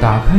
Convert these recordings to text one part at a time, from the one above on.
打开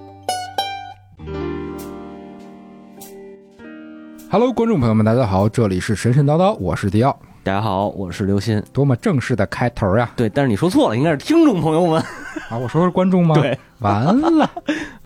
Hello，观众朋友们，大家好，这里是神神叨叨，我是迪奥，大家好，我是刘鑫。多么正式的开头 呀！对，但是你说错了，应该是听众朋友们。 啊，我说是观众吗？对，完 了。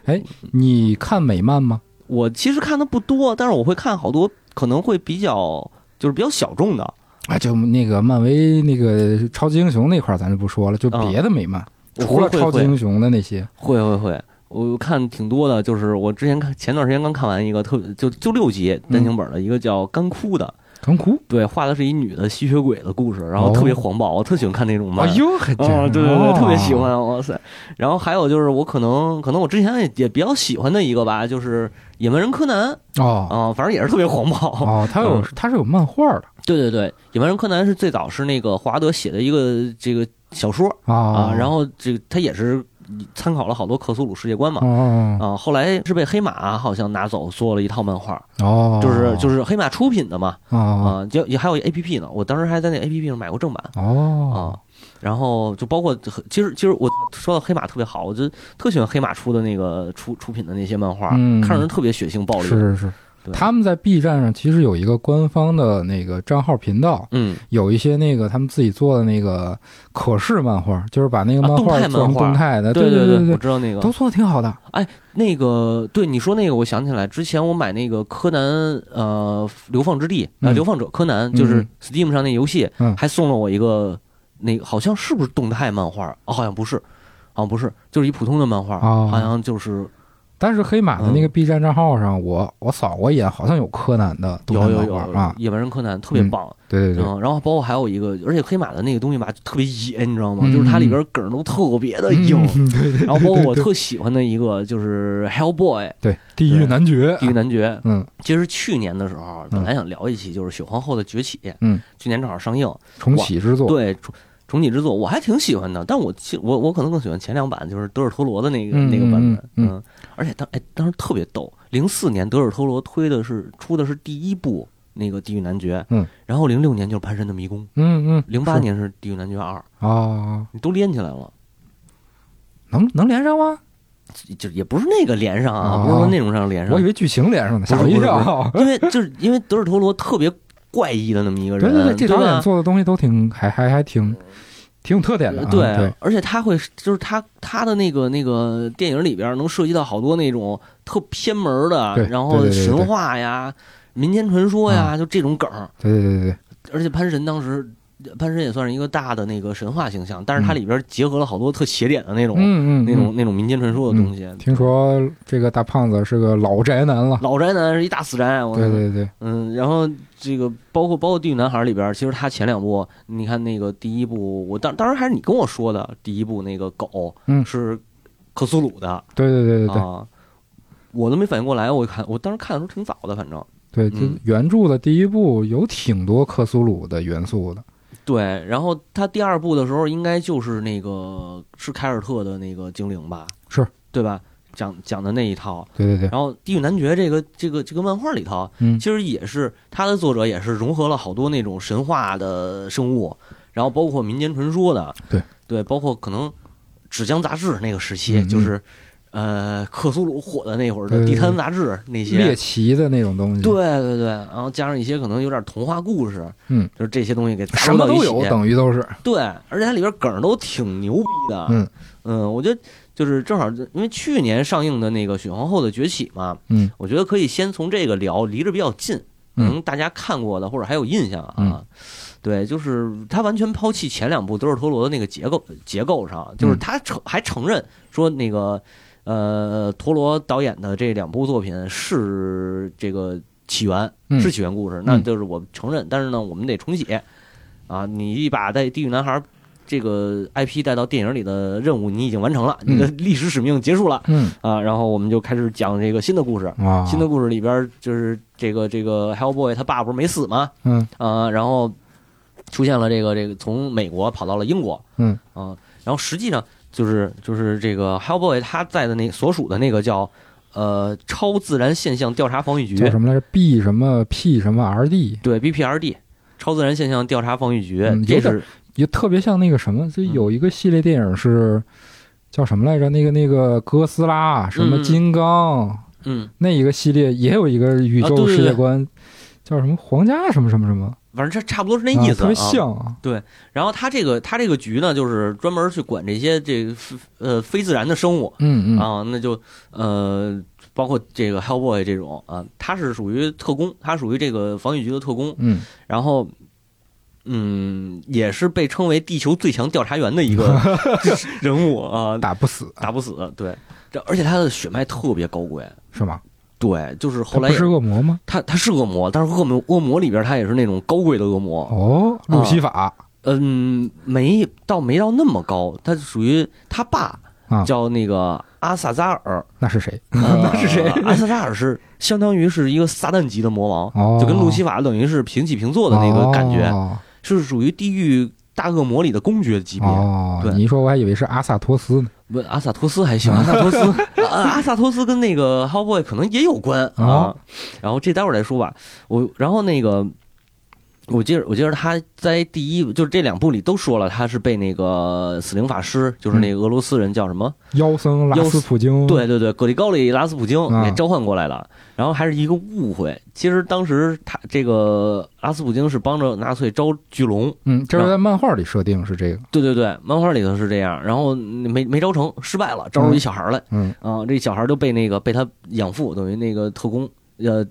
哎，你看美漫吗？我其实看的不多，但是我会看好多可能会比较就是比较小众的。啊，就那个漫威那个超级英雄那块儿，咱就不说了，就嗯别的美漫，我除了会超级会英雄的那些，会会会，我看挺多的，就是我之前看前段时间刚看完一个特就就六集单行本的一个叫《干枯》的，很酷。对，画的是一女的吸血鬼的故事，然后特别黄暴，我特喜欢看那种漫。哦哎 呦，还真哦，对对哦对， 特别喜欢，哇塞！然后还有就是，我可能可能我之前也也比较喜欢的一个吧，就是《野蛮人柯南》哦。啊、反正也是特别黄暴。哦，它有嗯它是有漫画的对对对，《野蛮人柯南》是最早是那个华德写的一个这个小说啊啊，然后后这个他也是参考了好多克苏鲁世界观嘛。哦啊，后来是被黑马好像拿走做了一套漫画，哦，就是就是是黑马出品的嘛，哦啊，就也还有 A P P 呢，我当时还在那 A P P 上买过正版哦啊，然后就包括其实其实我说到黑马特别好，我就特喜欢黑马出的那个出出品的那些漫画，嗯看着人特别血腥暴力，是是是。对他们在 B 站上其实有一个官方的那个账号频道，嗯，有一些那个他们自己做的那个可视漫画，就是把那个啊漫动画态做成漫画动态的，对啊对对，我对，知道嗯那个都做的挺好的。那个对你说那个，我想起来，之前我买那个柯南呃《流放之地》呃嗯《流放者柯南》，就嗯是 Steam 上那游戏，嗯还送了我一个那个好像是不是动态漫画？哦，好像不是，好像不是，就是一普通的漫画，哦好像就是但是黑马的嗯那个 B 站账号上，我我扫过一眼，好像有柯南的动有态有漫有画啊，野蛮人柯南特别嗯棒，对对然对，后然后包括还有一个，而且黑马的那个东西吧，就特别野，你知道吗？嗯就是它里边梗儿都特别的硬，嗯对对啊然后包括我特喜欢的一个就是 Hellboy 对，地狱对男爵，地狱男爵，嗯，其实去年的时候，啊本来想聊一期就是《雪皇后的崛起》，嗯，去年正好上映，重启之作，对重重启之作，我还挺喜欢的，但我其我我可能更喜欢前两版，就是德尔托罗的那个、嗯那个版本，嗯嗯而且当哎当时特别逗，零四年德尔托罗推的是出的是第一部那个《地狱男爵》，嗯，然后零六年就是《潘神的迷宫》，嗯嗯，零八是年是《地狱男爵二》，哦，你都连起来了。能能连上吗？就也不是那个连上哦啊，不是说内容上连上，我以为剧情连上呢，吓我不是一不是跳。因为就是因为德尔托罗特别怪异的那么一 个对人，对对，这导吧演做的东西都挺还还还挺挺有特点的啊。呃对，对，而且他会就是他他的那个那个电影里边能涉及到好多那种特偏门的对，然对后对啊对神话呀、民间传说呀，就这种梗儿。对对对对而且潘神当时，潘神也算是一个大的那个神话形象，但是它里边结合了好多特邪典的那种、嗯嗯，那种那种民间传说的东西。嗯。听说这个大胖子是个老宅男了。老宅男是一大死宅，我对对对，嗯，然后这个包括包括《地狱男孩》里边，其实他前两部，你看那个第一部，我当当时还是你跟我说的，第一部那个狗，嗯是克苏鲁的对对对对对啊，我都没反应过来，我看我当时看的时候挺早的，反正对，就嗯原著的第一部有挺多克苏鲁的元素的。对，然后他第二部的时候，应该就是那个是凯尔特的那个精灵吧，是对吧？讲讲的那一套，对对对，然后《地狱男爵》这个这个这个漫画里头，啊嗯其实也是它的作者也是融合了好多那种神话的生物，然后包括民间传说的，对对，包括可能《纸浆杂志》那个时期，嗯嗯就是呃克苏鲁火的那会儿对的《对地摊杂志》那猎些，奇的那种东西，对，对对，然后加上一些可能有点童话故事，嗯，就是这些东西给什杂糅么到一都起，有，等于都是，对，而且它里边梗儿都挺牛逼的。嗯我觉得就是正好，因为去年上映的那个《雪皇后的崛起》嘛，嗯，我觉得可以先从这个聊，离着比较近，可嗯能大家看过的或者还有印象啊。嗯对，就是他完全抛弃前两部《德尔托罗》的那个结构结构上，就是嗯他承还承认说那个呃陀螺导演的这两部作品是这个起源，嗯是起源故事，那就是我承认，但是呢，我们得重写啊！你把在《地狱男孩》这个 IP 带到电影里的任务，你已经完成了，嗯你的历史使命结束了嗯啊！然后我们就开始讲这个新的故事。啊，新的故事里边就是这个这个 Hellboy 他爸不是没死吗？嗯啊，然后出现了这个这个从美国跑到了英国，嗯啊然后实际上就是就是这个 Hellboy 他在的那所属的那个叫呃超自然现象调查防御局，叫什么来着？B 什么 P 什么 R D，对 BPRD 超自然现象调查防御局，嗯也有点是也特别像那个什么，就嗯有一个系列电影是叫什么来着？那个那个哥斯拉，什么嗯金刚，嗯，那一个系列也有一个宇啊对宙对世界对观，叫什么皇家什么什么什么，反正这差不多是那意啊思，特别啊像啊。然后他这个他这个局呢，就是专门去管这些这个呃非自然的生物嗯嗯啊，那就呃包括这个 Hellboy 这种啊，他是属于特工，他属于这个防御局的特工，嗯，然后。嗯，也是被称为地球最强调查员的一 个人物啊，打不死打不死。对，这而且他的血脉特别高贵。是吗？对，就是后来他也不是恶魔吗？他他是恶魔，但是恶魔恶魔里边他也是那种高贵的恶魔，哦，路西法嗯，没到没到那么高，他属于他爸啊叫那个阿萨扎尔， 那是谁？那是谁呃阿萨扎尔是相当于是一个撒旦级的魔王，哦，就跟路西法等于是平起平坐的那个感觉，哦是属于地狱大恶魔里的公爵级别。哦对，你一说我还以为是阿萨托斯呢。不，阿萨托斯 还行，阿萨托斯，啊阿萨托斯跟那个 Hellboy 可能也有关啊哦。然后这待会儿再说吧。我然后那个，我记得我记得他在第一就是这两部里都说了，他是被那个死灵法师，就是嗯那个俄罗斯人叫什么？妖僧拉妖斯僧普京，，对对对，格里高利拉斯普京嗯啊给召唤过来了。然后还是一个误会，其实当时他这个拉斯普京是帮着纳粹招巨龙，嗯，啊这是在漫画里设定是这个，对对对，漫画里头是这样。然后没没招成，失败了，招出一小孩来。嗯啊，这小孩就被那个被他养父，等于那个特工，呃，呃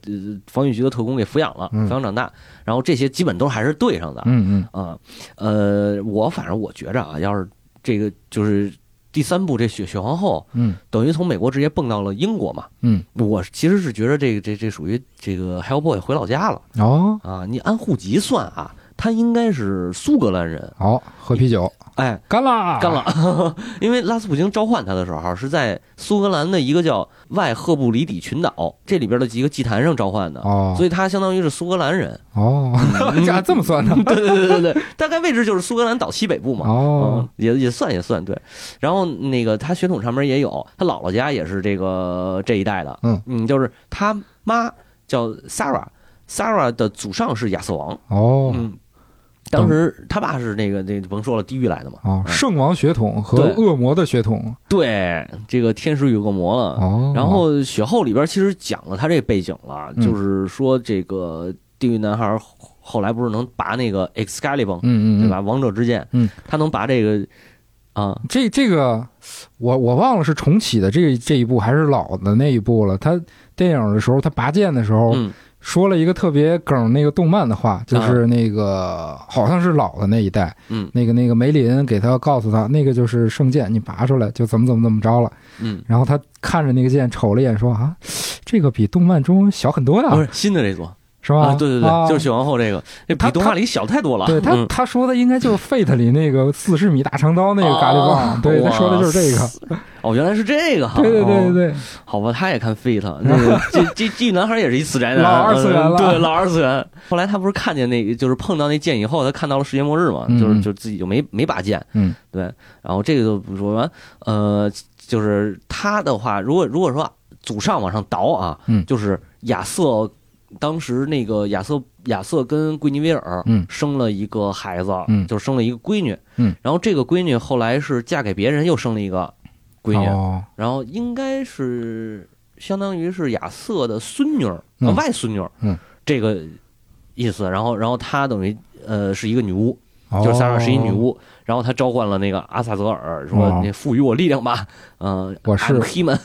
防御局的特工给抚养了，嗯抚养长大。然后这些基本都还是对上的嗯嗯啊。呃，我反正我觉着啊，要是这个就是第三部这雪雪皇后，嗯等于从美国直接蹦到了英国嘛。嗯，我其实是觉着这个这这属于这个 Hellboy 回老家了哦啊。你按户籍算啊，他应该是苏格兰人，好，喝啤酒，哎，干啦干，啊了， 因为拉斯普京召唤他的时候是在苏格兰的一个叫外赫布里底群岛这里边的一个祭坛上召唤的，哦所以他相当于是苏格兰人。哦， 这还这么算呢？对对对对对，大概位置就是苏格兰岛西北部嘛。哦嗯，也也算也算对，然后那个他血统上面也有，他姥姥家也是这个这一代的，嗯就是他妈叫 Sarah，Sarah 的祖上是亚瑟王，哦嗯，当时他爸是那个那甭说了，地狱来的嘛，哦，圣王血统和嗯对恶魔的血统对，这个天使与恶魔了，哦，嗯然后雪后里边其实讲了他这背景了，嗯就是说这个地狱男孩儿后后来不是能拔那个 Excalibur，、嗯嗯对嗯吧？王者之剑，嗯，哦他能拔这个啊，这这个，我我忘了是重启的这这一部还是老的那一部了。他电影的时候，他拔剑的时候、嗯说了一个特别梗那个动漫的话，就是那个、好像是老的那一代，嗯那个那个梅林给他告诉他，那个就是圣剑，你拔出来就怎么怎么怎么着了。嗯，然后他看着那个剑，瞅了一眼说啊，这个比动漫中小很多呀，不是新的这座啊是吧？对对对，啊就是雪皇后这个，这他比动画里小太多了，对他、嗯他说的应该就是 Fate 里那个四十米大长刀那个咖喱棒，啊对他说的就是这哇个，塞哦，原来是这个哈，对对对对哦对。好吧，他也 看 Fate，那个这这这男孩也是一次宅男，老二次元了嗯对，老二次元。后来他不是看见那个，就是碰到那剑以后，他看到了世界末日嘛，嗯就是就自己就没没拔剑，嗯，对。然后这个就不说完，呃，就是他的话，如果如果说祖上往上倒啊，嗯就是亚瑟，当时那个亚瑟亚瑟跟桂尼维尔，嗯生了一个孩子，嗯就生了一个闺女，嗯，然后这个闺女后来是嫁给别人，又生了一个。哦闺女，然后应该是相当于是亚瑟的孙女儿，嗯呃外孙女儿，嗯这个意思。然后，然后她等于呃是一个女巫，哦，就是萨尔是一女巫。然后她召唤了那个阿萨泽尔，说哦：“你赋予我力量吧，嗯、我是黑门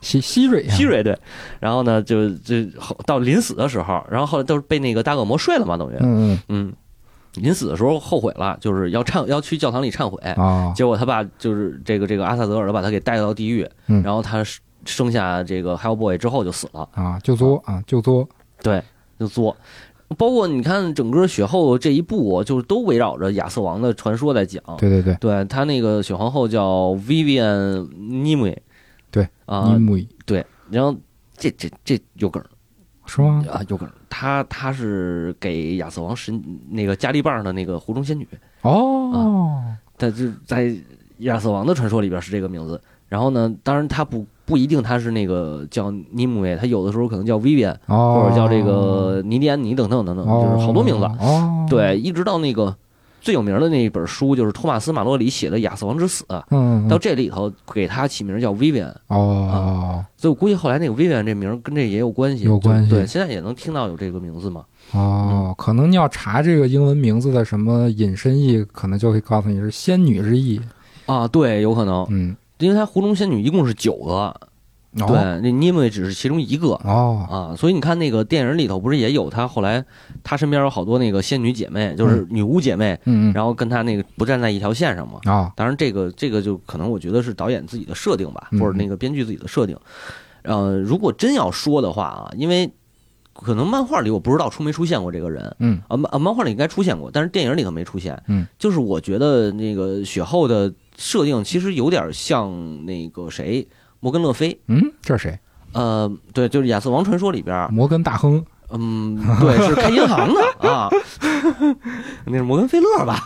希希瑞啊，希瑞对。”然后呢，就就后到临死的时候，然后后来都是被那个大恶魔睡了嘛，等于嗯，嗯嗯，临死的时候后悔了，就是要忏要去教堂里忏悔。嗯啊，结果他爸就是这个这个阿萨德尔把他给带到地狱，嗯然后他生生下这个 Hellboy 之后就死了，啊，就作啊，就作，对，就作。包括你看整个雪后这一部，就是都围绕着亚瑟王的传说在讲。对对对，对他那个雪皇后叫 Vivian Nimue，对啊、尼姆伊对，然后这这这有梗儿是吗？啊，有梗儿。她她是给亚瑟王神那个加力棒的那个湖中仙女，哦，他就在亚瑟王的传说里边是这个名字。然后呢，当然他不不一定他是那个叫尼姆耶，他有的时候可能叫 Vivian 哦，啊或者叫这个尼迪安尼等等等等，哦，就是好多名字。哦，，对，一直到那个最有名的那一本书，就是托马斯马洛里写的《亚瑟王之死》，嗯，嗯到嗯这里头给他起名叫 Vivian。哦所以我估计后来那个 Vivian 这名跟这也有关系，有就关系对，现在也能听到有这个名字嘛。哦，可能你要查这个英文名字的什么引申义，可能就会告诉你是仙女之意，啊，对，有可能，嗯，因为他湖中仙女一共是九个，哦对，那尼姆耶只是其中一个。哦，啊，所以你看那个电影里头不是也有她后来她身边有好多那个仙女姐妹，就是女巫姐妹，嗯嗯，然后跟她那个不站在一条线上嘛。啊，当然，这个这个就可能我觉得是导演自己的设定吧，嗯或者那个编剧自己的设定。呃，如果真要说的话啊，因为可能漫画里我不知道出没出现过这个人嗯啊，漫啊漫画里应该出现过，但是电影里头没出现。嗯，就是我觉得那个雪后的设定其实有点像那个谁摩根勒菲，嗯，这是谁？呃，对，就是《亚瑟王传说》里边儿摩根大亨嗯，对，是开银行的啊， 那是摩根菲勒 吧？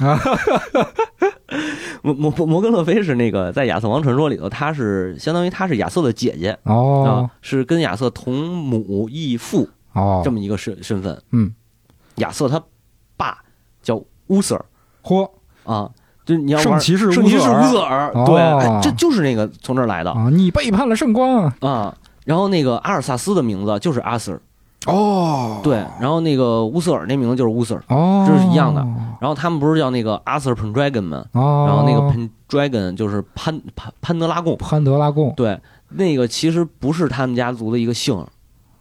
摩摩摩根勒菲是那个在《亚瑟王传说》里头，她是相当于她是亚瑟的姐姐哦啊，是跟亚瑟同母异父哦啊这，么一个身身份。嗯，亚瑟他爸叫乌瑟尔嚯啊，就是你要玩圣骑士乌瑟尔圣骑士乌瑟尔，哦对，哎这就是那个从这儿来的啊，你背叛了圣光啊。然后那个阿尔萨斯的名字就是阿瑟尔，哦，对，然后那个乌瑟尔那名字就是乌瑟尔。哦，这是一样的然后他们不是叫那个阿瑟 Pendragon 吗？哦，然后那个 Pendragon 就是潘潘潘德拉贡，潘德拉贡对，那个其实不是他们家族的一个姓儿，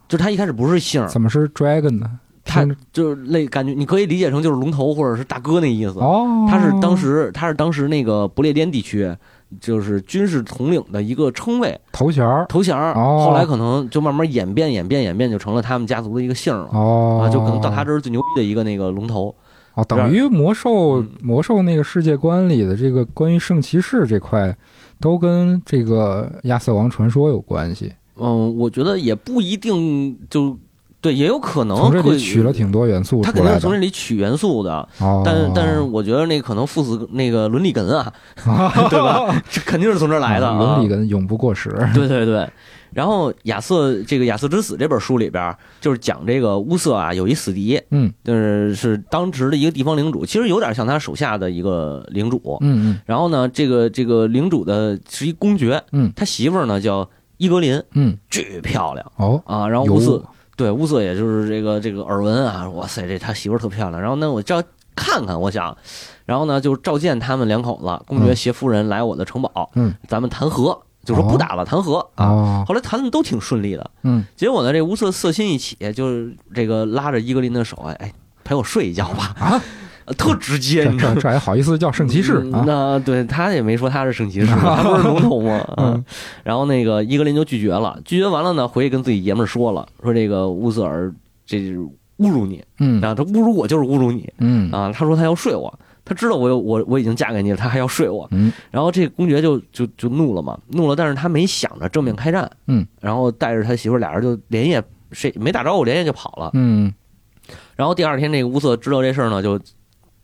就是他一开始不是姓儿，怎么是 dragon 呢？嗯他听着就是类感觉你可以理解成就是龙头或者是大哥那意思。哦，他是当时他是当时那个不列颠地区就是军事统领的一个称谓头衔儿头衔儿，哦后来可能就慢慢演变演变演变，就成了他们家族的一个姓儿了。哦啊，就可能到他这儿是最牛逼的一个那个龙头，哦，等于魔兽嗯魔兽那个世界观里的这个关于圣骑士这块，都跟这个亚瑟王传说有关系，嗯，我觉得也不一定就对，也有可能从这哦会里取了挺多元素他出肯定来是从这的。里取元素的，哦，但是但 是我觉得那可能父子那个伦理根啊， 对吧？这肯定是从这儿来的啊啊伦理跟永不过时。对对对。然后亚瑟这个《亚瑟之死》这本书里边，就是讲这个乌瑟啊有一死敌，嗯就是是当时的一个地方领主，其实有点像他手下的一个领主。嗯然后呢，这个这个领主的是一公爵，嗯他媳妇儿呢叫伊格林，嗯嗯，巨漂亮哦，啊。然后有乌瑟对，乌瑟也就是这个这个耳闻啊，哇塞，这他媳妇儿特漂亮。然后呢，我就要看看，我想，然后呢就召见他们两口子，公爵嗯携夫人来我的城堡，嗯，咱们谈和，就说不打了，谈和啊。哦，后来谈的都挺顺利的，嗯结果呢，这乌瑟色心一起，就是这个拉着伊格林的手，哎哎，陪我睡一觉吧，啊，呃特直接，这你知道这吗。这还好意思叫圣骑士嗯啊？那对他也没说他是 圣骑士，他不是龙头吗？嗯嗯，然后那个伊格林就拒绝了，拒绝完了呢，回去跟自己爷们儿说了，说这个乌瑟尔这是侮辱你，啊嗯然后他侮辱我就是侮辱你嗯啊，他说他要睡我，他知道我有我我已经嫁给你了，他还要睡我，嗯然后这公爵就就就怒了嘛，怒了，但是他没想着正面开战，嗯，然后带着他媳妇儿俩人就连夜谁没打着我连夜就跑了，嗯然后第二天，这个乌瑟知道这事儿呢，就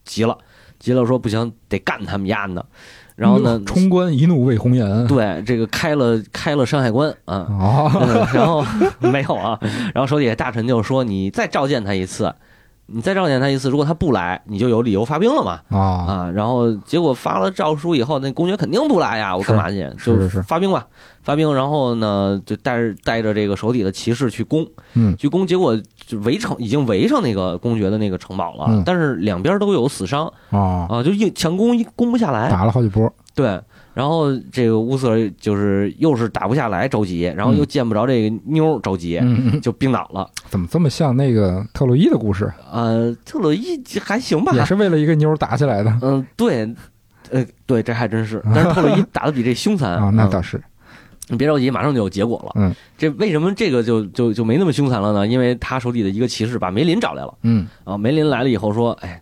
急了，急了说不行，得干他们丫的。然后呢，哎嗯冲冠一怒为红颜。对这个开了开了山海关 啊、哦，嗯然后没有啊，然后手底下大臣就说你再召见他一次，你再召见他一次，如果他不来，你就有理由发兵了嘛。啊，啊，然后结果发了诏书以后，那公爵肯定不来呀，我干嘛去？是就是是发兵吧，发兵，然后呢，就带着带着这个手底的骑士去攻，嗯去攻，结果就围城已经围上那个公爵的那个城堡了，嗯但是两边都有死伤啊，啊，就硬强攻攻不下来，打了好几波，对。然后这个乌瑟尔就是又是打不下来着急，然后又见不着这个妞儿着急，嗯，嗯就病倒了。怎么这么像那个特洛伊的故事？呃，特洛伊还行吧，也是为了一个妞儿打起来的嗯，对，呃，对，这还 真是。但是特洛伊打的比这凶残啊，那嗯倒是，你别着急，马上就有结果了。嗯，这为什么这个就就就没那么凶残了呢？因为他手底的一个骑士把梅林找来了嗯啊，梅林来了以后说：“哎，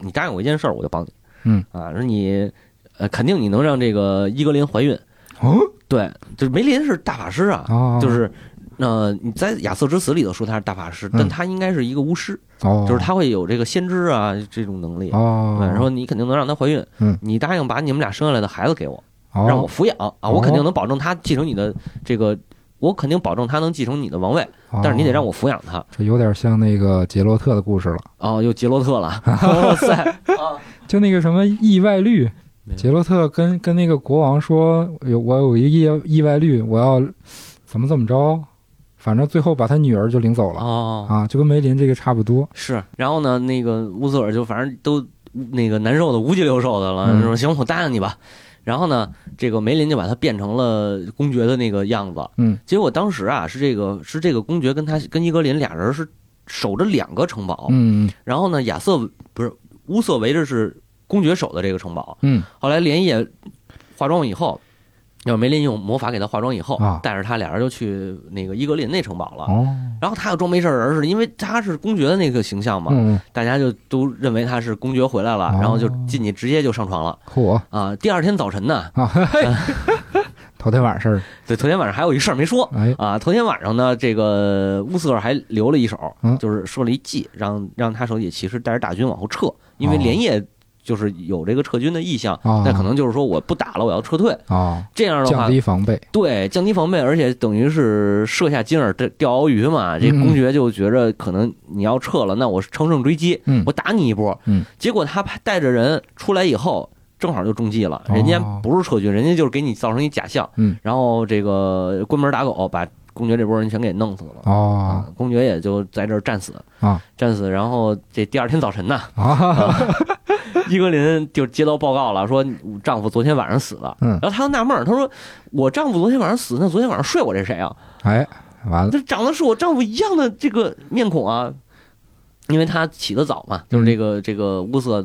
你答应我一件事儿，我就帮你。”嗯啊，说你呃，肯定你能让这个伊格林怀孕。哦对，就是梅林是大法师啊，啊，就是。呃，你在《亚瑟之死》里头说他是大法师，但嗯他应该是一个巫师，哦，就是他会有这个先知啊这种能力。哦，对，说你肯定能让她怀孕，嗯你答应把你们俩生下来的孩子给我，哦让我抚养啊，哦我肯定能保证她继承你的这个，我肯定保证她能继承你的王位，哦但是你得让我，我抚养她。这有点像那个杰洛特的故事了，哦，又杰洛特 了，哇塞啊！就那个什么意外率没。有杰洛特跟跟那个国王说，有我有一个意意外率，我要怎么怎么着，反正最后把他女儿就领走了哦，啊，就跟梅林这个差不多。是。然后呢，那个乌瑟尔就反正都那个难受的无鸡六兽的了，嗯说行，我答应你吧。然后呢，这个梅林就把他变成了公爵的那个样子。嗯，结果当时啊，是这个是这个公爵跟他跟伊格林俩人是守着两个城堡，嗯然后呢，亚瑟不是乌瑟围着是公爵守的这个城堡。嗯后来连夜化妆以后，要梅林用魔法给他化妆以后，啊带着他俩人就去那个伊格林那城堡了。哦然后他又装没事人似的，因为他是公爵的那个形象嘛，嗯，大家就都认为他是公爵回来了，哦然后就进去直接就上床了嚯啊。第二天早晨呢，啊，嘿 嘿头天晚上事儿，对，头天晚上还有一事儿没说。哎啊，头天晚上呢，这个乌瑟尔还留了一手，嗯就是说了一计，让让他手底下骑士带着大军往后撤，因为哦连夜就是有这个撤军的意向，哦那可能就是说我不打了，我要撤退。啊，这样的降话，低防备，对降低防备，而且等于是设下金饵钓钓鳌鱼嘛。这嗯公爵就觉着可能你要撤了，那我乘胜追击，嗯我打你一波。嗯结果他带着人出来以后。正好就中计了，人家哦不是撤军，人家就是给你造成一假象，嗯然后这个关门打狗，把公爵这波人全给弄死了。啊哦，公爵也就在这儿战死啊，战死。然后这第二天早晨呢，啊，伊格林就接到报告了，说我丈夫昨天晚上死了。嗯然后他就纳闷儿，他说我丈夫昨天晚上死，那昨天晚上睡我这谁啊？哎，完了，这长得是我丈夫一样的这个面孔啊，因为他起得早嘛，就是这个这个乌瑟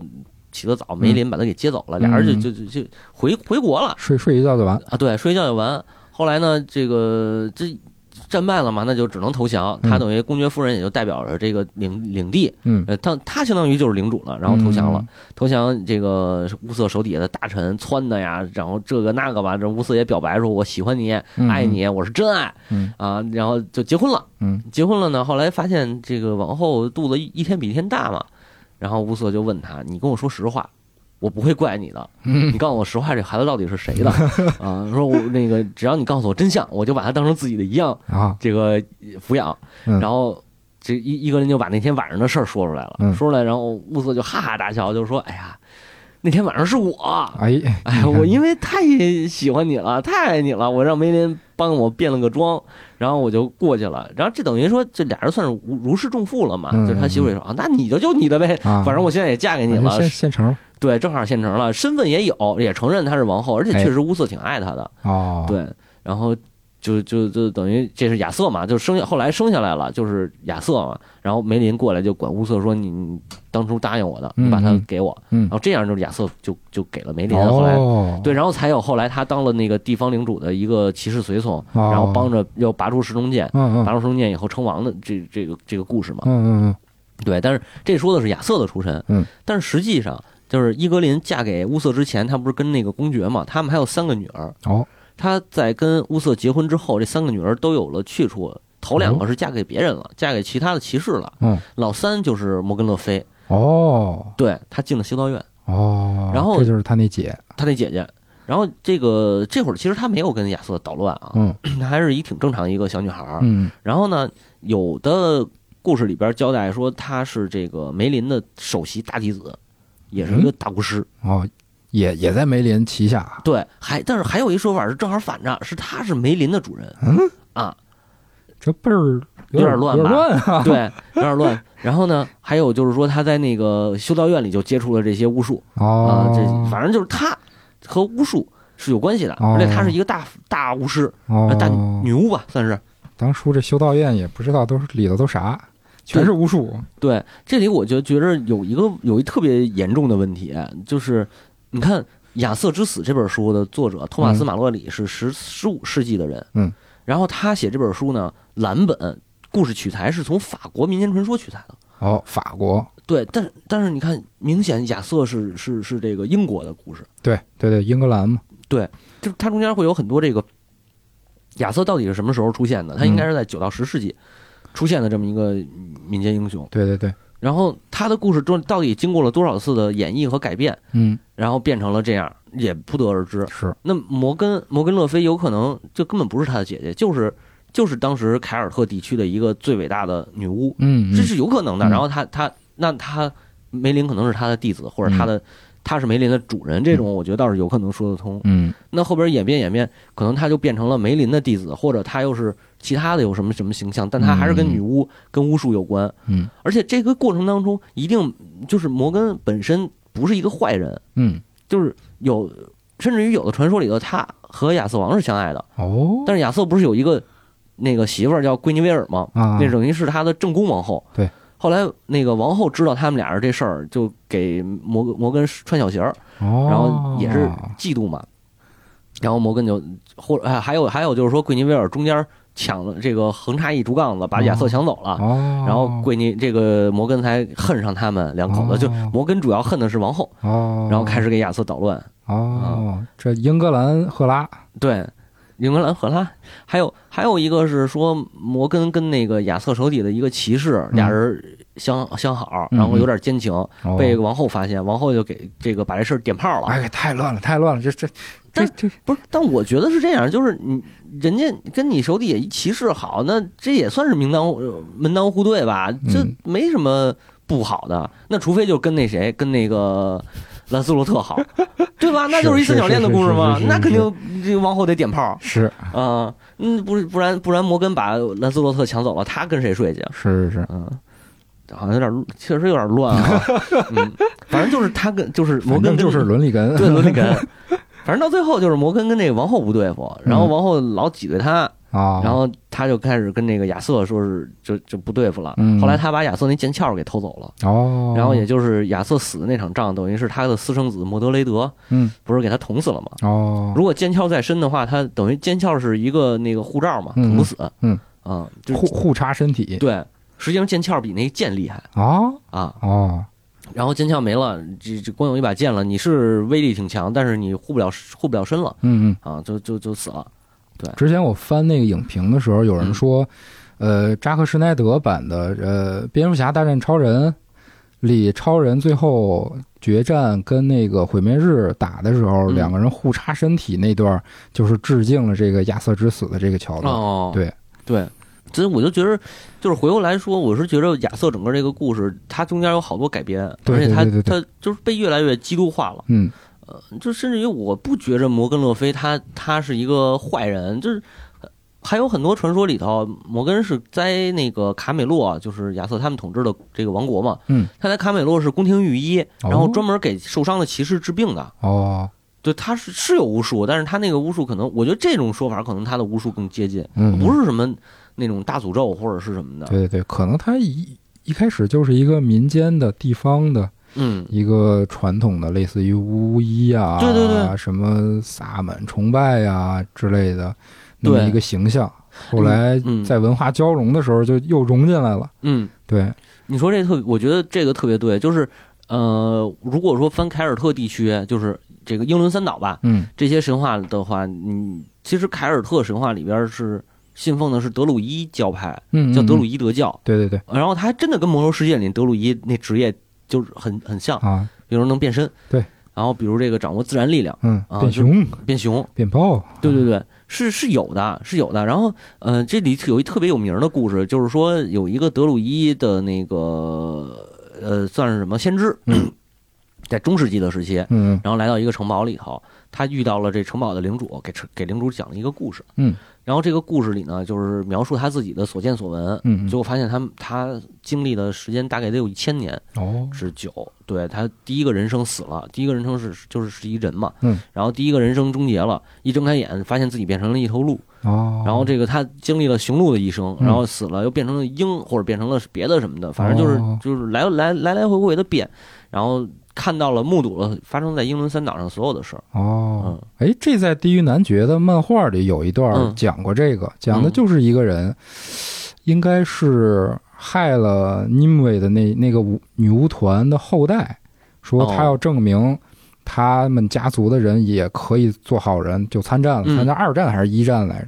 起得早，梅林把他给接走嗯了，俩人就就就就回回国了睡睡一觉就完，啊。对，睡一觉就完。后来呢，这个这。战败了嘛，那就只能投降。嗯他等于公爵夫人也就代表着这个领领地，嗯，呃，他他相当于就是领主了，然后投降了嗯，投降这个乌瑟手底下的大臣撺的呀，然后这个那个吧，这乌瑟也表白说我喜欢你，嗯爱，你，我是真爱，嗯啊，然后就结婚了，嗯，结婚了呢，后来发现这个王后肚子一一天比一天大嘛，然后乌瑟就问他，你跟我说实话。我不会怪你的，嗯你告诉我实话，这孩子到底是谁 的啊？说我那个，只要你告诉我真相，我就把他当成自己的一样，啊，这个抚养，嗯然后这一一个人就把那天晚上的事儿说出来了，嗯说出来，然后乌瑟就哈哈大笑，就说：“哎呀，那天晚上是我，哎， 哎呀，你看我因为太喜欢你了，太爱你了，我让梅林帮我变了个妆，然后我就过去了。然后这等于说这俩人算是如如释重负了嘛，嗯就是他媳妇也说啊，那你就就你的呗，啊，反正我现在也嫁给你了现，现成了对，正好现成了，身份也有，也承认她是王后，而且哎确实乌瑟挺爱她的。哦，，对，然后就就就等于这是亚瑟嘛，就生下后来生下来了，就是亚瑟嘛。然后梅林过来就管乌瑟说：“你你当初答应我的，你把他嗯嗯给我。嗯然后这样就是亚瑟就就给了梅林。后来哦，对，然后才有后来他当了那个地方领主的一个骑士随从，哦然后帮着要拔出石中剑。嗯，嗯拔嗯出石中剑以后称王的这这个这个故事嘛，嗯嗯对，但是这说的是亚瑟的出身，嗯，但是实际上就是伊格林嫁给乌瑟之前，她不是跟那个公爵嘛，他们还有三个女儿，哦，她在跟乌瑟结婚之后，这三个女儿都有了去处，头两个是嫁给别人了，嫁给其他的骑士了，哦嗯，老三就是摩根勒菲，哦对他进了修道院，哦，然后这就是他那姐，他那姐姐。然后这个这会儿其实她没有跟亚 瑟捣乱啊，嗯她还是一挺正常一个小女孩儿。嗯然后呢，有的故事里边交代说他是这个梅林的首席大弟子，也是一个大巫师。哦，也也在梅林旗下啊。对，还但是还有一说法是正好反着，是他是梅林的 主人。嗯啊，这辈儿有点乱有点吧乱啊。对，有点乱。然后呢，还有就是说他在那个修道院里就接触了这些巫术啊、哦，这反正就是他和巫术是有关系的，哦而且他是一个大大巫师，呃哦，大女巫吧，算是。当初这修道院也不知道都是里头都啥，全是巫术。对，这里我就觉着有一个有一特别严重的问题，就是你看《亚瑟之死》这本书的作者托马斯·马洛里是十十五世纪的人，嗯，然后他写这本书呢，蓝本故事取材是从法国民间传说取材的，哦，法国，对，但但是你看，明显亚瑟是是是这个英国的故事，对对对，英格兰嘛。就是它中间会有很多这个亚瑟到底是什么时候出现的？他应该是在九到十世纪出现的这么一个民间英雄。对对对，然后他的故事中到底经过了多少次的演绎和改变，嗯，然后变成了这样，也不得而知。是那摩根摩根勒菲有可能就根本不是他的姐姐，就是就是当时凯尔特地区的一个最伟大的女巫，嗯，嗯这是有可能的。嗯然后他他那他梅林可能是他的弟子，或者他嗯的他是梅林的主人，这种我觉得倒是有可能说得通。嗯那后边演变演变，可能他就变成了梅林的弟子，或者他又是其他的有什么什么形象，但他还是跟女巫、跟巫术有关。嗯而且这个过程当中，一定就是摩根本身不是一个坏人，嗯，就是有甚至于有的传说里头，他和亚瑟王是相爱的，哦，但是亚瑟不是有一个那个媳妇儿叫桂尼维尔吗？啊，那等于是他的正宫王后。对。后来，那个王后知道他们俩人这事儿，就给摩根摩根穿小鞋儿，哦，然后也是嫉妒嘛。然后摩根就或者哎，还有还有就是说，桂尼威尔中间抢了这个横插一竹杠子，把亚瑟抢走了。哦，然后桂尼这个摩根才恨上他们两口子，哦就摩根主要恨的是王后，哦，然后开始始嗯给亚瑟捣乱。哦，这英格兰赫拉对，英格兰和拉，还有还有一个是说摩根跟那个亚瑟手底的一个骑士，嗯俩人相相好，嗯然后有点奸情，哦被王后发现，王后就给这个把这事儿点炮了。哎，太乱了，太乱了，这这这但这不是，但我觉得是这样，就是你人家跟你手底下一骑士好，那这也算是门当呃门当户对吧？这嗯没什么不好的。那除非就跟那谁，跟那个兰斯洛特 好，对吧？那就是一是三角恋的故事是是嘛是是，是那肯定这个王后得点炮是啊、嗯，不是，不然不然摩根把兰斯洛特抢走了，他跟谁睡去？是是是，嗯。好像有点，确实有点 乱啊。嗯，反正就是他跟就是反摩根正跟就是伦理根， 对 伦理根。反正到最后就是摩根跟那个王后不对付，然后王后老挤兑他，嗯啊，然后他就开始跟那个亚瑟说是就就不对付了。嗯后来他把亚瑟那剑鞘给偷走了，哦，然后也就是亚瑟死的那场仗，等于是他的私生子莫德雷德嗯不是给他捅死了吗？哦，如果剑鞘在身的话，他等于剑鞘是一个那个护罩嘛，嗯捅不死。嗯啊，就互互插身体对，实际上剑鞘比那个剑厉害啊啊。哦然后剑鞘没了，这这光有一把剑了，你是威力挺强，但是你护不了护不了身了。嗯嗯。啊，就就就死了。之前我翻那个影评的时候，有嗯人说，呃，扎克施耐德版的呃《蝙蝠侠大战超人》里，超人最后决战跟那个毁灭日打的时候，嗯两个人互插身体那段，就是致敬了这个亚瑟之死的这个桥段。哦对对，所以我就觉得，就是回过来说，我是觉得亚瑟整个这个故事，它中间有好多改编，对对而对对且它对它就是被越来越基督化了。嗯，就甚至于我不觉着摩根勒菲他他是一个坏人，就是。还有很多传说里头，摩根是在那个卡美洛，啊就是亚瑟他们统治的这个王国嘛。嗯，他在卡美洛是宫廷御医，然后哦专门给受伤的骑士治病的。哦，对，他是是有巫术，但是他那个巫术可能，我觉得这种说法可能他的巫术更接近，嗯，不是什么那种大诅咒或者是什么的。对对对，可能他一一开始就是一个民间的地方的嗯，一个传统的，类似于巫医啊，对对对什么萨满崇拜呀、之类的那么对一个形象。后来嗯在文化交融的时候，就又融进来了。嗯，对，你说这特，我觉得这个特别对，就是呃，如果说翻凯尔特地区，就是这个英伦三岛吧，嗯，这些神话的话，你其实凯尔特神话里边是信奉的是德鲁伊教派，嗯，叫嗯德鲁嗯伊德教，对对对，然后他还真的跟魔兽世界里德鲁伊那职业就是很很像，啊，有人能变身。对，然后比如这个掌握自然力量嗯，啊变就熊、变熊，变豹，对对嗯对，是是有的，是有的。然后，呃，这里有一特别有名的故事，就是说有一个德鲁伊的那个呃，算是什么先知，嗯在中世纪的时期，嗯然后来到一个城堡里头，他遇到了这城堡的领主，给城给领主讲了一个故事。嗯，然后这个故事里呢，就是描述他自己的所见所闻。嗯，结果发现他他经历的时间大概得有一千年，哦，之久。对他第一个人生死了，第一个人生是就是是一人嘛，嗯，然后第一个人生终结了，一睁开眼发现自己变成了一头鹿，哦，然后这个他经历了雄鹿的一生，嗯然后死了又变成了鹰或者变成了别的什么的，反正就是哦就是来来来来回回的变，然后看到了目睹了发生在英伦三岛上所有的事儿，哦，哎，这在《地狱男爵》的漫画里有一段嗯讲过这个，讲的嗯就是一个人，应该是害了 n 维的那那个巫女巫团的后代，说他哦要证明他们家族的人也可以做好人，就参战了，嗯参加二战还是一战来着？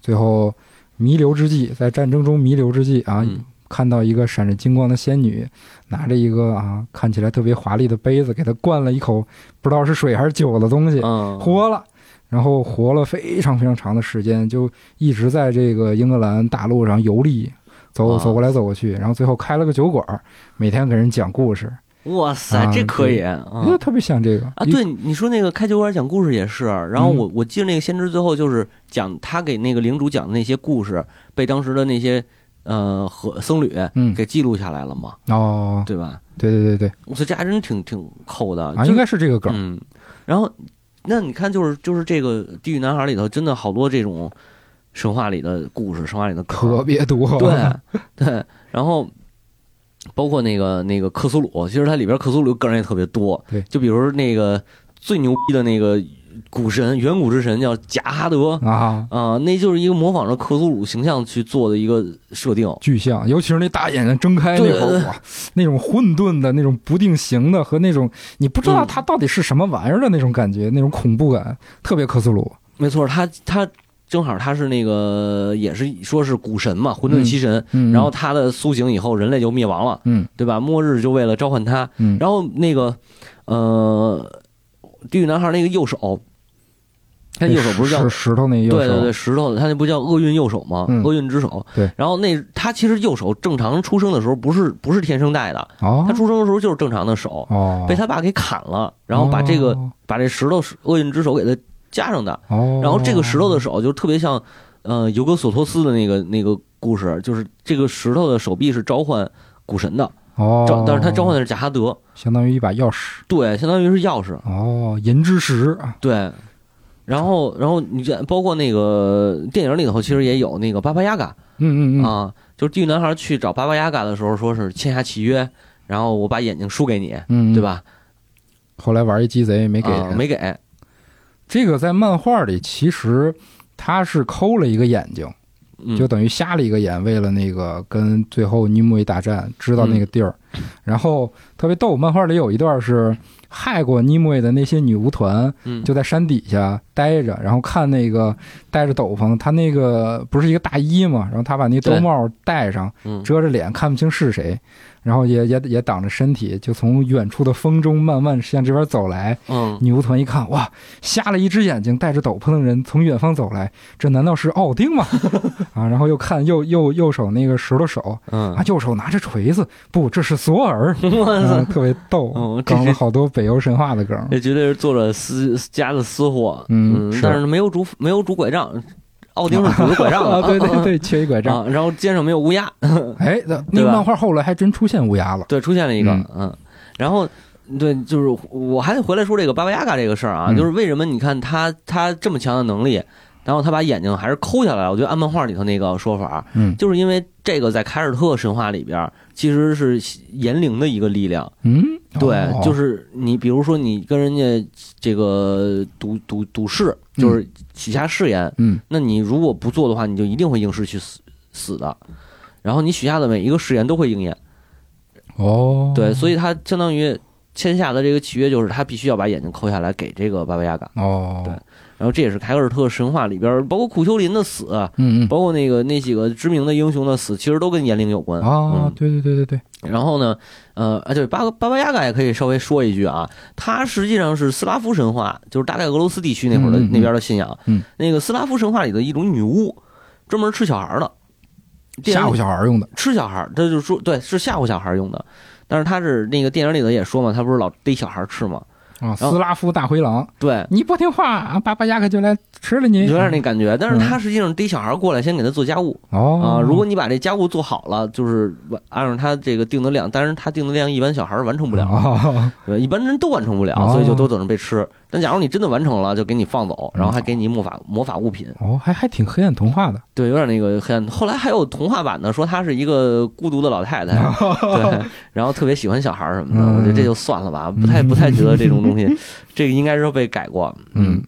最后弥留之际，在战争中弥留之际啊，嗯看到一个闪着金光的仙女，拿着一个啊看起来特别华丽的杯子，给她灌了一口不知道是水还是酒的东西，嗯，活了。然后活了非常非常长的时间，就一直在这个英格兰大陆上游历，走啊走过来走过去，然后最后开了个酒馆儿，每天给人讲故事，哇塞啊，这可以我觉得啊。特别像这个啊，对，你说那个开酒馆讲故事也是，啊然嗯后我我记得那个先知最后就是讲他给那个领主讲的那些故事，被当时的那些呃和僧侣嗯，给记录下来了嘛，哦，对吧？对对对对，我说这还真挺挺扣的啊，就应该是这个梗儿，嗯，然后那你看，就是就是这个《地狱男孩》里头，真的好多这种神话里的故事，神话里的梗特别多，对 对，然后包括那个那个克苏鲁，其实它里边克苏鲁梗也特别多，对就比如那个最牛逼的那个古神，远古之神叫贾哈德 啊，啊、那就是一个模仿着克苏鲁形象去做的一个设定。具象，尤其是那大眼睛睁开对那会对儿，对哇那种混沌的那种不定型的和那种你不知道嗯它到底是什么玩意儿的那种感觉，那种恐怖感，特别克苏鲁，没错，他他正好他是那个也是说是古神嘛，混沌七神。嗯，然后他的苏醒以后，人类就灭亡了，嗯对吧？末日就为了召唤他。嗯，然后那个，呃，地狱男孩那个右手，他那右手不是叫石石头那右手，对对对石头的，他那不叫厄运右手吗？嗯厄运之手。对。然后那他其实右手正常出生的时候不是不是天生带的，哦，他出生的时候就是正常的手，哦，被他爸给砍了，然后把这个哦，把这石头厄运之手给他加上的。哦然后这个石头的手就特别像，呃，尤格索托斯的那个那个故事，就是这个石头的手臂是召唤古神的，哦召，但是他召唤的是贾哈德，相当于一把钥匙，对，相当于是钥匙，哦，银之石啊，对。然后，然后你这包括那个电影里头，其实也有那个巴巴亚嘎嗯嗯嗯，啊，就是地狱男孩去找巴巴亚嘎的时候，说是签下契约，然后我把眼睛输给你，嗯，对？吧？后来玩一鸡贼没给啊人，没给，这个在漫画里其实他是抠了一个眼睛，嗯就等于瞎了一个眼，为了那个跟最后尼莫伊大战，知道嗯那个地儿。然后特别逗，漫画里有一段是害过尼莫伊的那些女巫团，嗯就在山底下待着，然后看那个戴着斗篷，他那个不是一个大衣嘛，然后他把那兜对帽戴上，嗯遮着脸看不清是谁，然后也也也挡着身体，就从远处的风中慢慢向这边走来。嗯女巫团一看，哇，瞎了一只眼睛，戴着斗篷的人从远方走来，这难道是奥丁吗？ 啊，然后又看右右右手那个石头手嗯啊，，右手拿着锤子，不，这是索尔，啊、特别逗哦，这梗了是哎好多北欧神话的梗。这绝对是作者私家的私货，嗯是但是没有拄没有拄拐杖，奥丁是拄着 拐杖啊，的，对对对，缺一拐杖。啊，然后肩上没有乌鸦，哎，那那对个吧漫画后来还真出现乌鸦了。对，出现了一个，嗯嗯，然后对，就是我还得回来说这个巴巴亚嘎这个事儿啊，嗯就是为什么你看他他这么强的能力，然后他把眼睛还是抠下来了，我觉得按漫画里头那个说法，嗯就是因为这个在凯尔特神话里边其实是言灵的一个力量，嗯，对，就是是你比如说你跟人家这个赌赌赌誓，就是许下誓言，嗯那你如果不做的话，你就一定会应试去死死的。然后你许下的每一个誓言都会应验，哦，对，所以他相当于签下的这个契约就是他必须要把眼睛抠下来给这个巴巴亚嘎。哦，对然后这也是凯尔特神话里边，包括库丘林的死，嗯嗯。包括那个那几个知名的英雄的死，其实都跟年龄有关。啊嗯，对对对对对，然后呢，呃，啊，对，巴巴巴亚嘎也可以稍微说一句啊，它实际上是斯拉夫神话，就是大概俄罗斯地区那会儿的、嗯嗯嗯那边的信仰。嗯，那个斯拉夫神话里的一种女巫，专门吃小孩儿的，电吓影唬小孩用的。吃小孩儿，这就是说对，是吓唬小孩儿用的。但是他是那个电影里头也说嘛，他不是老逮小孩儿吃嘛？啊，后斯拉夫大灰狼，对，你不听话，巴巴亚克就来吃了你。有点那感觉。但是他实际上逮小孩儿过来，先给他做家务啊、嗯哦，如果你把这家务做好了，就是完按照他这个定的量，但是他定的量一般小孩儿完成不了。哦对，一般人都完成不了，哦所以就都等着被吃。但假如你真的完成了，就给你放走，然后还给你魔法魔法物品。哦，还还挺黑暗童话的。对，有点那个黑暗。后来还有童话版的，说她是一个孤独的老太太，对， 然后特别喜欢小孩儿什么的。嗯我觉得这就算了吧，不太不太觉得这种东西， 这个应该是被改过。嗯，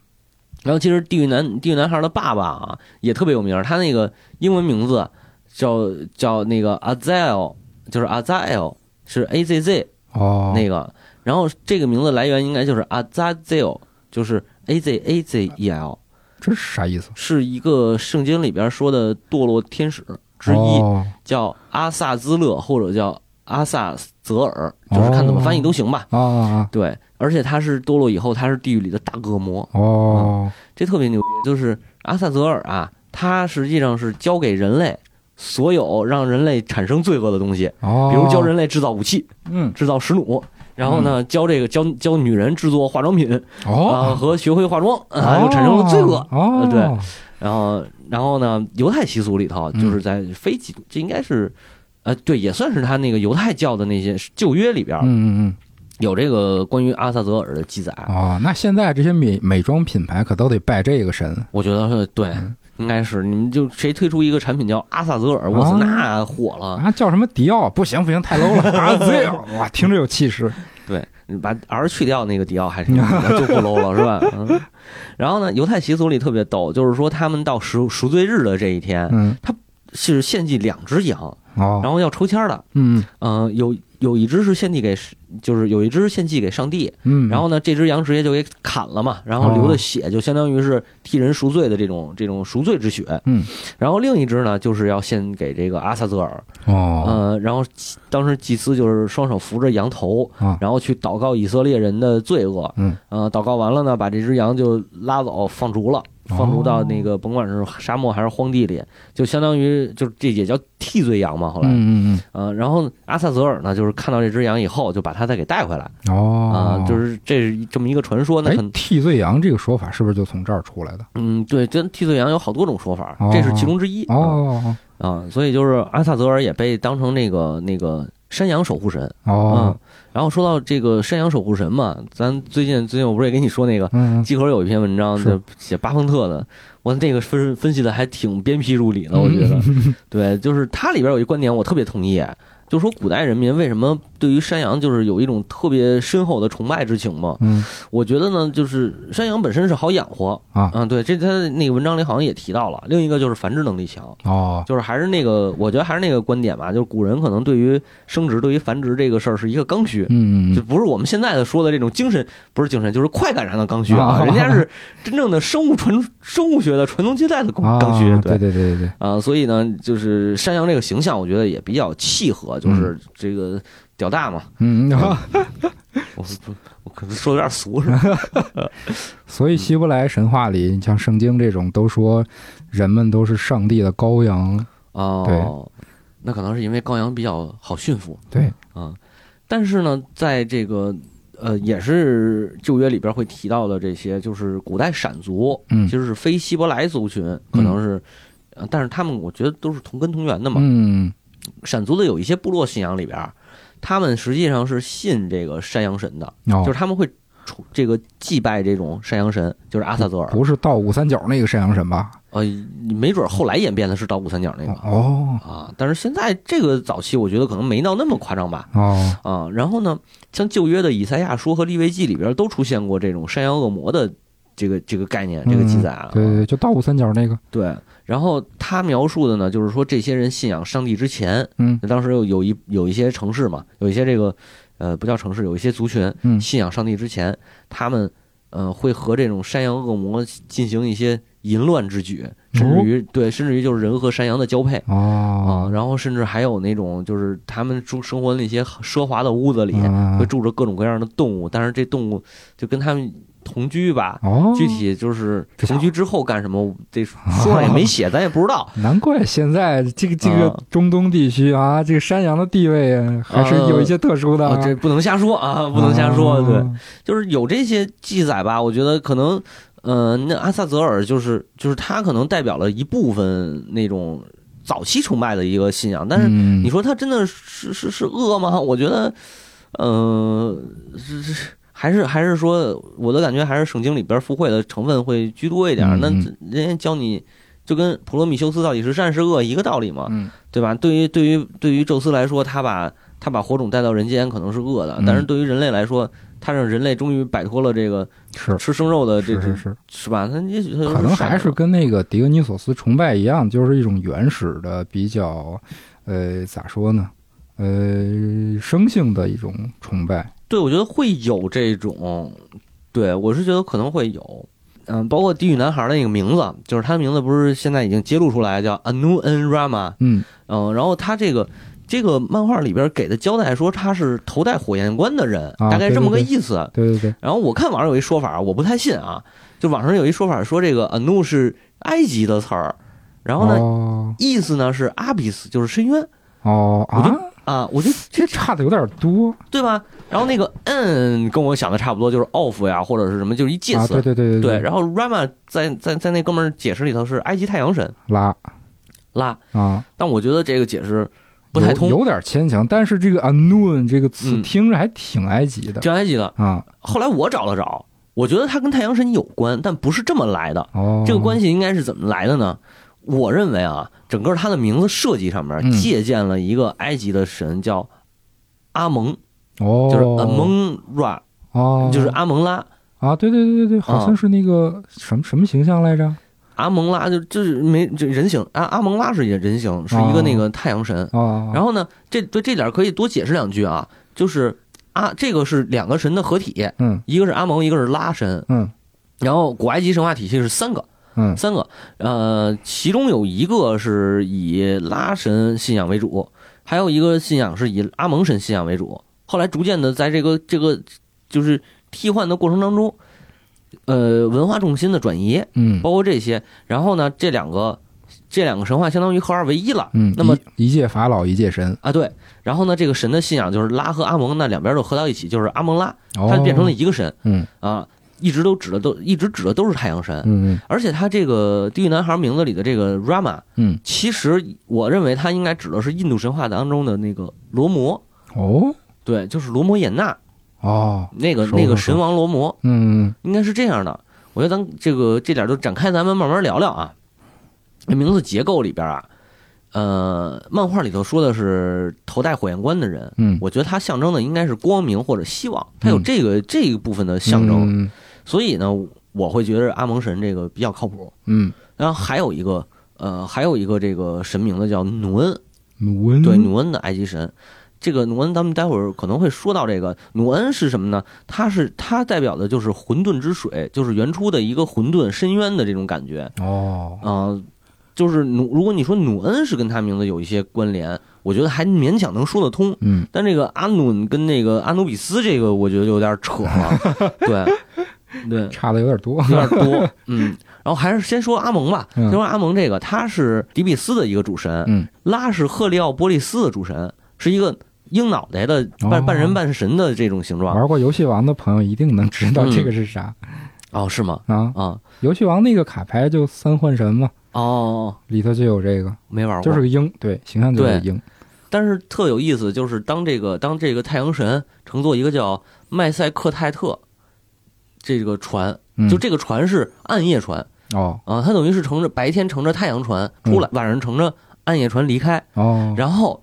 然后其实地狱男地狱男孩的爸爸啊也特别有名儿，他那个英文名字叫叫那个 Azael，就是 Azael，是 A Z Z。哦，那个，然后这个名字来源应该就是 Azazel，就是 A Z A Z E L，这是啥意思？是一个圣经里边说的堕落天使之一，哦叫阿萨兹勒或者叫阿萨泽尔，就是看怎么翻译都行吧。啊啊对，而且他是堕落以后，他是地狱里的大恶魔，啊！哦，这特别牛逼。就是阿萨泽尔啊，他实际上是教给人类所有让人类产生罪恶的东西，哦，比如教人类制造武器、嗯，制造石弩，然后呢教这个教教女人制作化妆品，啊，哦，和学会化妆啊，哦就产生了罪恶。哦，对然后，然后呢，犹太习俗里头啊嗯就是在非基督，这应该是，呃，对，也算是他那个犹太教的那些旧约里边儿嗯嗯有这个关于阿萨泽尔的记载。嗯，哦，那现在这些美美妆品牌可都得拜这个神。我觉得是对，嗯应该是你们就谁推出一个产品叫阿萨泽尔，我操，哦那火了。啊，叫什么迪奥？不行不行，太 low 了。啊，对，哇，听着有气势。对，你把 R 去掉那个迪奥还是 就不 low 了，是吧？嗯。然后呢，犹太习俗里特别逗，就是说他们到赎赎罪日的这一天嗯，是献祭两只羊，哦，然后要抽签儿的。嗯嗯，有有一只是献祭给是，就是有一只是献祭给上帝，嗯，哦然后呢，这只羊直接就给砍了嘛，然后流的血就相当于是替人赎罪的这种这种赎罪之血。嗯，然后另一只呢，就是要献给这个阿萨泽尔，哦，呃，然后当时祭司就是双手扶着羊头啊，然后去祷告以色列人的罪恶。嗯，呃，祷告完了呢，把这只羊就拉走放逐了，哦放逐到那个甭管是沙漠还是荒地里，就相当于就是这也叫替罪羊嘛，后来。嗯嗯呃，然后阿萨泽尔呢，就是看到这只羊以后，就把它再给带回来嗯，啊、哦，就是这是这么一个传说。那哎可，替罪羊这个说法是不是就从这儿出来的？嗯，对，跟替罪羊有好多种说法，哦这是其中之一。哦啊、所以就是阿萨泽尔也被当成那个那个山羊守护神啊、哦，然后说到这个山羊守护神嘛，咱最近最近我不是也跟你说那个嗯，集合有一篇文章，是就写巴丰特的，我那个分分析的还挺鞭辟入里的，我觉得。 对，就是它里边有一观点我特别同意，就说古代人民为什么对于山羊就是有一种特别深厚的崇拜之情嘛？嗯我觉得呢，就是山羊本身是好养活啊嗯，对，这他那个文章里好像也提到了。另一个就是繁殖能力强，哦，就是还是那个，我觉得还是那个观点吧，就是古人可能对于生殖、对于繁殖这个事儿是一个刚需。嗯就不是我们现在的说的这种精神，不是精神，就是快感上的刚需啊，啊人家是真正的生物传生物学的传宗接代的刚啊，刚需，对对对对对，啊，所以呢，就是山羊这个形象，我觉得也比较契合，就是这个屌大嘛，嗯，我我可能说的有点俗 是吧？所以希伯来神话里，你像圣经这种都说人们都是上帝的羔羊，哦，那可能是因为羔羊比较好驯服对，啊，但是呢，在这个呃，也是旧约里边会提到的这些，就是古代闪族，嗯其实是非希伯来族群，可能是，呃但是他们我觉得都是同根同源的嘛，嗯闪族的有一些部落信仰里边儿，他们实际上是信这个山羊神的，哦，就是他们会出这个祭拜这种山羊神，就是阿萨泽尔。不是盗五三角那个山羊神吧？呃，你没准儿后来演变的是到五三角那个哦啊，但是现在这个早期我觉得可能没到那么夸张吧。哦啊，然后呢，像旧约的以赛亚书和利未记里边都出现过这种山羊恶魔的这个这个概念，这个记载啊。嗯对对对，就盗五三角那个，对，然后他描述的呢，就是说这些人信仰上帝之前，嗯当时有有一有一些城市嘛，有一些这个呃不叫城市，有一些族群嗯信仰上帝之前，他们呃会和这种山羊恶魔进行一些淫乱之举，甚至于对，甚至于就是人和山羊的交配。啊，哦，然后甚至还有那种，就是他们住生活的那些奢华的屋子里，嗯会住着各种各样的动物，但是这动物就跟他们同居吧。哦，具体就是这家伙同居之后干什么，这书上也没写，咱也不知道。难怪现在这个这个啊中东地区啊，这个山羊的地位还是有一些特殊的啊，嗯啊，这不能瞎说啊，不能瞎说。对，啊就是有这些记载吧，我觉得可能，呃，那阿萨泽尔就是就是他可能代表了一部分那种早期崇拜的一个信仰，但是嗯你说他真的是是是恶吗？我觉得，呃，是是还是还是说我的感觉还是圣经里边附会的成分会居多一点。嗯那嗯人家教你就跟普罗米修斯到底是善是恶一个道理嘛，嗯对吧？对于对于对于宙斯来说，他把他把火种带到人间可能是恶的嗯，但是对于人类来说，他让人类终于摆脱了这个是吃生肉的是这这是是，是吧？他也许他就是可能善还的是跟那个狄俄尼索斯崇拜一样，就是一种原始的比较，呃，咋说呢？呃，生性的一种崇拜。对，我觉得会有这种，对我是觉得可能会有，嗯，包括地狱男孩的那个名字，就是他的名字不是现在已经揭露出来叫 Anu N Rama，嗯，嗯，然后他这个这个漫画里边给的交代说他是头戴火焰冠的人，啊大概这么个对对意思。对对对，然后我看网上有一说法，我不太信啊，就网上有一说法说这个 Anu 是埃及的词儿，然后呢，哦意思呢是阿比斯，就是深渊哦我就啊，啊，我就这差的有点多对吧？然后那个 N 跟我想的差不多，就是 off 呀或者是什么，就是一介啊！词。对对对对对，然后 Rama 在在在那哥们儿解释里头是埃及太阳神拉拉，啊，但我觉得这个解释不太有通，有点牵强。但是这个 unknown 这个词嗯听着还挺埃及的挺埃及的。啊。后来我找了找，我觉得它跟太阳神有关，但不是这么来的。哦，这个关系应该是怎么来的呢？我认为啊，整个它的名字设计上面嗯借鉴了一个埃及的神叫阿蒙，哦，就是 Amon Ra，、哦，就是阿蒙拉。啊，对对对对对，好像是那个什么什么形象来着？阿蒙拉就就是没就人形，阿阿蒙拉是一个人形，是一个那个太阳神。啊，然后呢，这对这点儿可以多解释两句啊，就是阿这个是两个神的合体，嗯一个是阿蒙，一个是拉神。嗯然后古埃及神话体系是三个，嗯三个，呃，其中有一个是以拉神信仰为主，还有一个信仰是以阿蒙神信仰为主。后来逐渐的在这个这个就是替换的过程当中，呃，文化重心的转移，嗯包括这些。然后呢，这两个这两个神话相当于合二为一了。嗯，那么一一介法老一介神，啊，对，然后呢，这个神的信仰就是拉和阿蒙，那两边就合到一起，就是阿蒙拉，哦它变成了一个神嗯啊，一直都指的都一直指的都是太阳神，嗯而且他这个地狱男孩名字里的这个 Rama，嗯其实我认为他应该指的是印度神话当中的那个罗摩，嗯哦对，就是罗摩衍那哦那个是那个是是神王罗摩，嗯应该是这样的。我觉得咱这个这点儿就展开，咱们慢慢聊聊啊。这名字结构里边啊，呃，漫画里头说的是头戴火焰冠的人，嗯我觉得它象征的应该是光明或者希望，它有嗯这个、这一部分的象征。嗯所以呢，我会觉得阿蒙神这个比较靠谱。嗯然后还有一个，呃，还有一个这个神名字叫努恩，努恩对，努恩的埃及神。这个努恩，咱们待会儿可能会说到这个努恩是什么呢？它是它代表的就是混沌之水，就是原初的一个混沌深渊的这种感觉。哦啊、就是努，如果你说努恩是跟他名字有一些关联，我觉得还勉强能说得通。嗯但这个阿努跟那个阿努比斯这个，我觉得有点扯了，对，对，差的有点多有点多，嗯。然后还是先说阿蒙吧，嗯先说阿蒙这个，他是迪比斯的一个主神，嗯拉是赫利奥波利斯的主神，是一个鹰脑袋的半、哦半人半神的这种形 状。玩过游戏王的朋友一定能知道这个是啥哦，是吗？啊！啊，游戏王那个卡牌就三幻神嘛，哦，里头就有这个，没玩过，就是个鹰，对，形象就是个鹰。但是特有意思，就是当这个当这个太阳神乘坐一个叫麦塞克泰特这个船，嗯就这个船是暗夜船哦啊，它等于是乘着白天乘着太阳船出嗯来，晚上乘着暗夜船离开，哦然后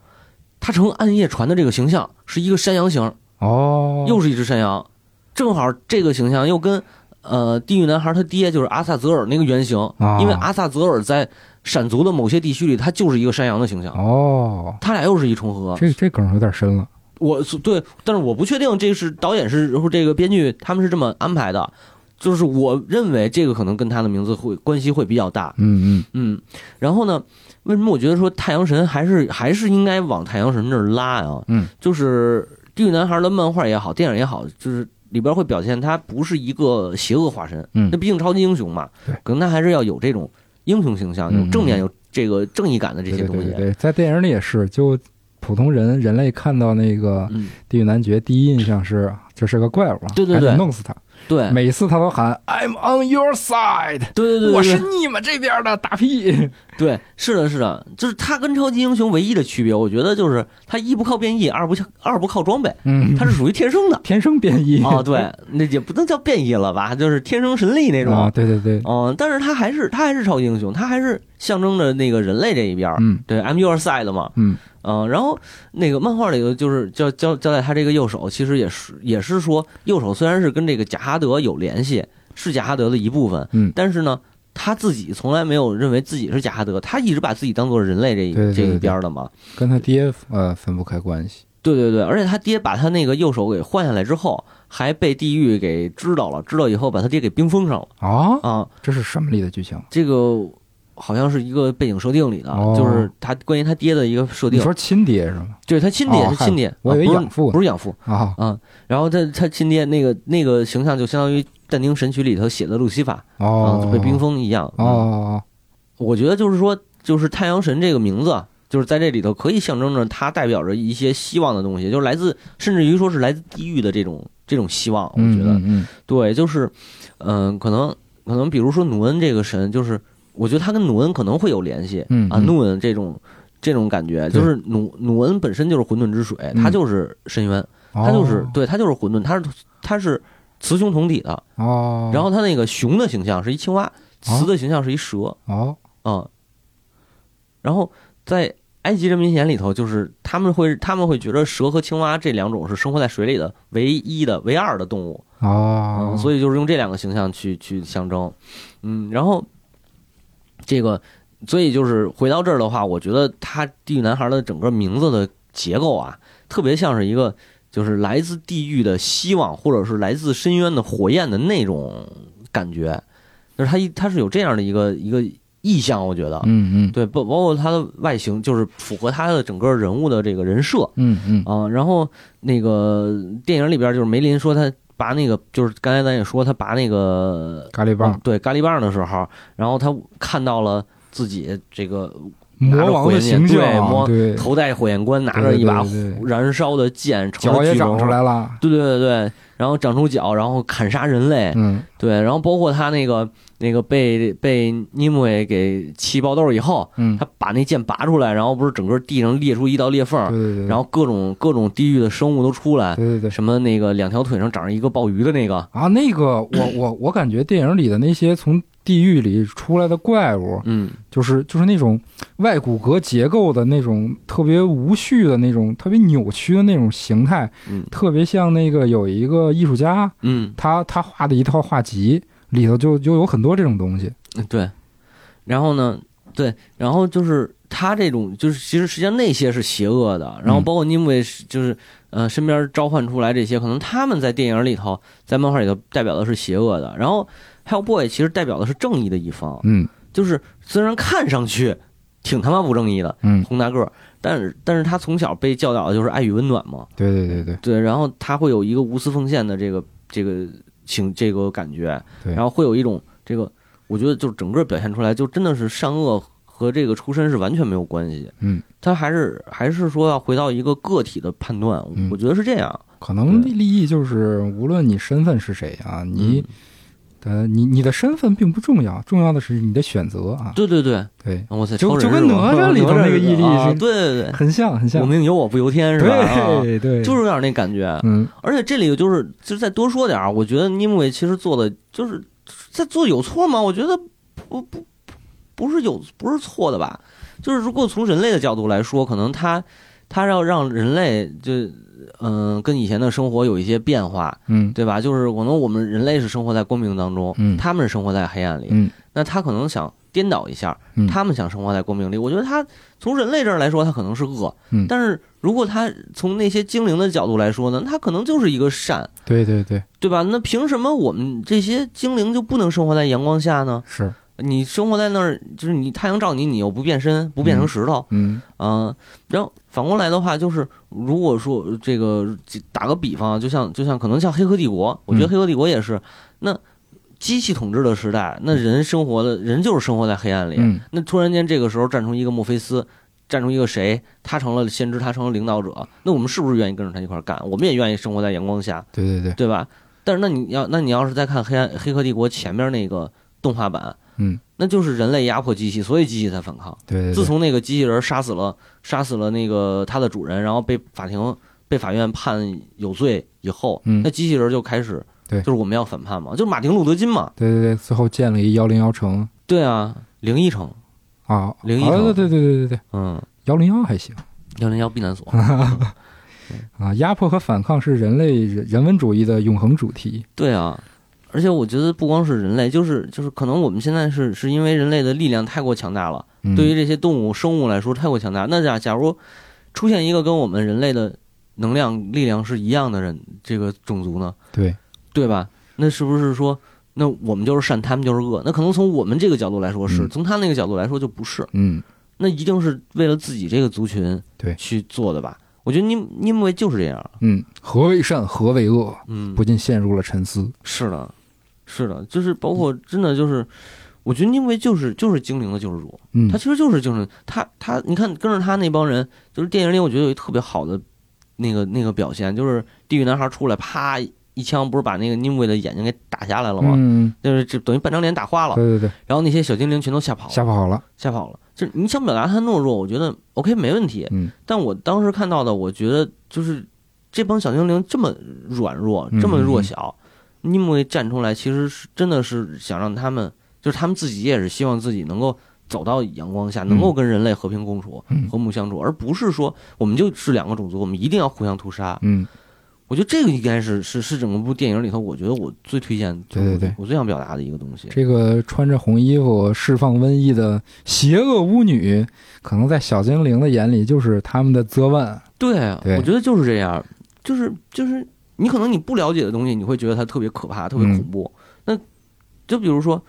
它乘暗夜船的这个形象是一个山羊形，哦，又是一只山羊，正好这个形象又跟呃地狱男孩他爹就是阿萨泽尔那个原型啊，因为阿萨泽尔在闪族的某些地区里，他就是一个山羊的形象，哦，他俩又是一重合。这这梗有点深了。我对，但是我不确定这是导演是或这个编剧他们是这么安排的。就是我认为这个可能跟他的名字会关系会比较大，嗯嗯嗯，然后呢，为什么我觉得说太阳神还是还是应该往太阳神这儿拉啊？嗯，就是《地狱男孩》的漫画也好，电影也好，就是里边会表现他不是一个邪恶化身，嗯那毕竟超级英雄嘛对，可能他还是要有这种英雄形象，嗯有正面、有这个正义感的这对些对东对西对。对，在电影里也是，就普通人人类看到那个嗯，地狱男爵，第一印象是这是个怪物啊，对对还得对弄死他。对，每次他都喊 "I'm on your side"，对对对我对是对，你们这边的大屁。对，是的，是的，就是他跟超级英雄唯一的区别，我觉得就是他一不靠变异，二不二不靠装备，嗯，。他是属于天生的 天生变异哦，对，那也不能叫变异了吧，就是天生神力那种。啊，对对对，嗯，但是他还是他还是超级英雄，他还是象征着那个人类这一边儿。嗯对，I'm your side 嘛，嗯嗯，然后那个漫画里头就是交交交代他这个右手，其实也是也是说右手虽然是跟这个贾哈德有联系，是贾哈德的一部分，嗯，但是呢，他自己从来没有认为自己是贾哈德，他一直把自己当做人类这一对对对这一边儿的嘛，跟他爹呃分不开关系。对对对，而且他爹把他那个右手给换下来之后，还被地狱给知道了，知道以后把他爹给冰封上了啊，啊，这是什么里的剧情？这个好像是一个背景设定里的，哦就是他关于他爹的一个设你定，说亲爹是吗？对他亲爹哦是亲爹，我以为啊不是养父呢不是养父啊啊。然后他他亲爹那个那个形象就相当于《但丁神曲》里头写的路西法啊，哦就，被冰封一样。哦嗯哦，我觉得就是说，就是太阳神这个名字。就是在这里头可以象征着它代表着一些希望的东西，就是来自，甚至于说是来自地狱的这种这种希望。我嗯觉得，嗯对，就是，嗯、可能可能比如说努恩这个神，就是我觉得他跟努恩可能会有联系，嗯啊，努恩这种这种感觉，对就是努努恩本身就是混沌之水，他嗯就是深渊，嗯，他就是、对他就是混沌，他是他是雌雄同体的，哦，然后他那个雄的形象是一青蛙，雌的形象是一蛇，哦，啊，然后在。埃及人民显里头，就是他们会他们会觉得蛇和青蛙这两种是生活在水里的唯一的唯二的动物，哦嗯，，所以就是用这两个形象去去象征，嗯，然后这个，所以就是回到这儿的话，我觉得他《地狱男孩》的整个名字的结构啊，特别像是一个就是来自地狱的希望，或者是来自深渊的火焰的那种感觉，就是他一他是有这样的一个一个意象，我觉得，嗯嗯对，包包括他的外形，就是符合他的整个人物的这个人设，嗯嗯啊，然后那个电影里边就是梅林说他拔那个，就是刚才咱也说他拔那个咖喱棒嗯，对咖喱棒的时候，然后他看到了自己这个魔王的形象对啊，魔对，头戴火焰冠，拿着对对一把对对对燃烧的剑，成了脚也巨长龙出，来了，对对对对，然后长出脚，然后砍杀人类，嗯对，然后包括他那个那个被被尼莫给气爆痘以后，嗯，他把那剑拔出来，然后不是整个地上裂出一道裂缝，对对对，然后后各种各种地狱的生物都出来，对对对。什么那个两条腿上长着一个鲍鱼的那个，啊，那个我我我感觉电影里的那些从地狱里出来的怪物，嗯，就是就是那种外骨骼结构的那种特别无序的那种特别扭曲的那种形态，嗯特别像那个有一个艺术家，嗯，他他画的一套画集里头就就有很多这种东西。对。然后呢，对，然后就是他这种，就是其实实际上那些是邪恶的，然后嗯包括尼姆也是，就是呃身边召唤出来这些，可能他们在电影里头，在漫画里头代表的是邪恶的，然后 Hellboy 其实代表的是正义的一方，嗯就是虽然看上去挺他妈不正义的嗯，红大个儿，但是但是他从小被教导的就是爱与温暖嘛，对对对对，对，然后他会有一个无私奉献的这个这个情这个感觉，对然后会有一种这个，我觉得就是整个表现出来，就真的是善恶和这个出身是完全没有关系，嗯，他还是还是说要回到一个个体的判断，我嗯我觉得是这样，可能对利益就是无论你身份是谁啊，你嗯呃你你的身份并不重要，重要的是你的选择啊。对对对，对，哇塞，就超人就跟是吧哪 吒里头那个毅力啊是对对很像很对，像。我命由我不由天是吧？啊对对， 就是有点那感觉，嗯而且这里就是就是再多说点儿，我觉得尼莫维其实做的就是在做有错吗？我觉得不不不是有不是错的吧？就是如果从人类的角度来说，可能他他要让人类就嗯、跟以前的生活有一些变化，嗯对吧？就是可能我们人类是生活在光明当中，嗯他们是生活在黑暗里，嗯那他可能想颠倒一下嗯，他们想生活在光明里。我觉得他从人类这儿来说，他可能是恶嗯，但是如果他从那些精灵的角度来说呢，他可能就是一个善，对对对，对吧？那凭什么我们这些精灵就不能生活在阳光下呢？是，你生活在那儿，就是你太阳照你，你又不变身，不变成石头，嗯嗯、然后反过来的话，就是如果说呃这个打个比方啊，就像就像可能像《黑客帝国》，我觉嗯得《黑客帝国》也是，那机器统治的时代，那人生活的人就是生活在黑暗里。嗯那突然间这个时候站出一个墨菲斯，站出一个谁，他成了先知，他成了领导者，那我们是不是愿意跟着他一块儿干？我们也愿意生活在阳光下，对对对，对吧？但是那你要那你要是再看黑暗《黑客帝国》前面那个动画版，嗯那就是人类压迫机器，所以机器才反抗。对对对，自从那个机器人杀死了杀死了那个它的主人，然后被法庭被法院判有罪以后，嗯那机器人就开始对就是我们要反叛嘛，就是马丁路德金嘛，对对对，最后建了一幺零幺城对啊，零一城，啊， 01啊对城对对对对，嗯，幺零幺还行幺零幺避难所，啊。压迫和反抗是人类人人文主义的永恒主题。对啊。而且我觉得不光是人类，就是就是可能我们现在是是因为人类的力量太过强大了，嗯、对于这些动物生物来说太过强大。那假假如出现一个跟我们人类的能量力量是一样的人，这个种族呢，对对吧？那是不是说，那我们就是善，他们就是恶？那可能从我们这个角度来说是，嗯从他那个角度来说就不是。嗯，那一定是为了自己这个族群对去做的吧？我觉得尼尼莫维就是这样。啊嗯，何为善，何为恶，嗯，不禁陷入了沉思。是的，是的，就是包括真的就是，我觉得尼莫维就是就是精灵的救世主，嗯他，其实就是精灵。他他，你看跟着他那帮人，就是电影里我觉得有一特别好的那个那个表现，就是地狱男孩出来，啪一枪，不是把那个尼莫维的眼睛给打下来了吗？嗯，就是这等于半张脸打花了，对对对，然后那些小精灵全都吓跑了，吓不好了。吓跑了。就是你想表达他懦弱，我觉得 OK 没问题。嗯但我当时看到的，我觉得就是这帮小精灵这么软弱嗯，这么弱小，尼莫站出来，其实是真的是想让他们，就是他们自己也是希望自己能够走到阳光下，能够跟人类和平共处、嗯和睦相处，而不是说我们就是两个种族，我们一定要互相屠杀。嗯，我觉得这个应该是是是整个部电影里头，我觉得我最推荐，对对对我最想表达的一个东西。这个穿着红衣服释放瘟疫的邪恶巫女，可能在小精灵的眼里就是他们的责问。对，对我觉得就是这样，就是就是你可能你不了解的东西，你会觉得它特别可嗯怕，特别恐怖。那就比如说，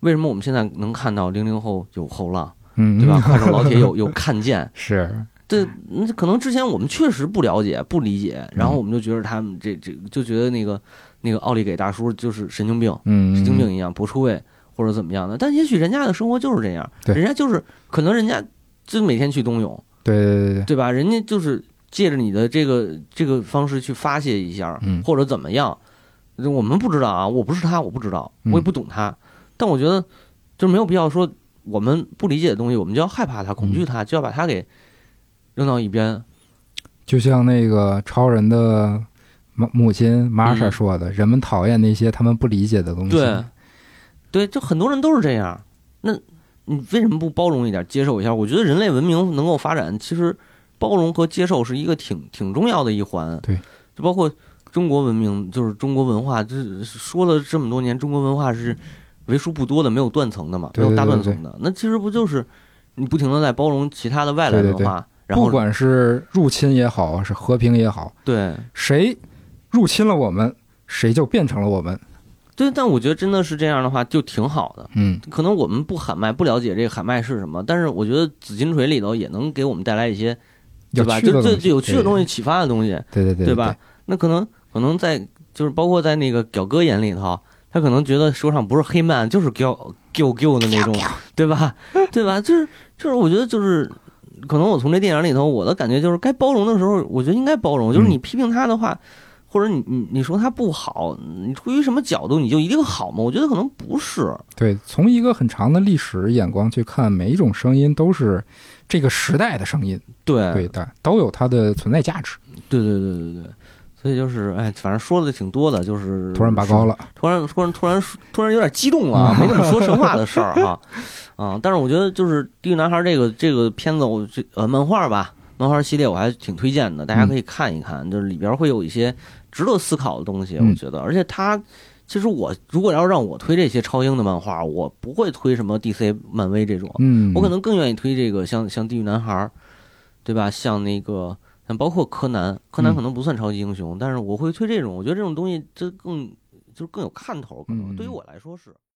为什么我们现在能看到零零后有后浪，嗯，对吧？快手老铁 有有看见，是，对，那可能之前我们确实不了解、不理解，嗯然后我们就觉得他们这这就觉得那个那个奥利给大叔就是神经病，嗯，神经病一样，博出位或者怎么样的。但也许人家的生活就是这样，对人家就是可能人家就每天去冬泳。对对对对，对吧？人家就是借着你的这个这个方式去发泄一下，嗯或者怎么样，我们不知道啊，我不是他，我不知道，我也嗯不懂他，但我觉得就没有必要说我们不理解的东西，我们就要害怕它、嗯恐惧它，就要把它给扔到一边。就像那个超人的母母亲玛尔莎说的，人们讨厌那些他们不理解的东西。嗯对，对，就很多人都是这样。那你为什么不包容一点，接受一下？我觉得人类文明能够发展，其实包容和接受是一个挺挺重要的一环。对，就包括中国文明，就是中国文化，这说了这么多年，中国文化是为数不多的没有断层的嘛，对没有大对断对层的。那其实不就是你不停的在包容其他的外来对文对对化，然不后管是入侵也好，是和平也好，对谁入侵了我们，谁就变成了我们。对，但我觉得真的是这样的话，就挺好的。嗯，可能我们不喊麦，不了解这个喊麦是什么，但是我觉得紫金锤里头也能给我们带来一些，对有吧？趣的就东就西，就有趣的东西，西，启发的东西，对对对对吧？？那可能可能在就是包括在那个屌哥眼里头，他可能觉得说唱不是黑曼，就是 Giao Giao Giao 的那种，对吧？ 对吧？就是就是，我觉得就是。可能我从这电影里头，我的感觉就是该包容的时候，我觉得应该包容。嗯就是你批评他的话，或者你你你说他不好，你出于什么角度你就一定好吗？我觉得可能不是。对，从一个很长的历史眼光去看，每一种声音都是这个时代的声音，对对的，都有它的存在价值。对对对对对，所以就是哎，反正说的挺多的，就是突然拔高了，了，突然突然突然突然有点激动了 啊，没怎么说神话的事儿哈，啊，但是我觉得就是《地狱男孩》这个这个片子，我这呃漫画吧，漫画系列我还挺推嗯荐的，大家可以看一看，就是里边会有一些值得思考的东西，嗯我觉得，而且它其实我如果要让我推这些超英的漫画，我不会推什么 DC、漫威这种，嗯，我可能更愿意推这个像像地狱男孩，对吧？像那个像包括柯南，柯南嗯可能不算超级英雄，但是我会推这种，我觉得这种东西这更就是更有看头，可能、嗯对于我来说是。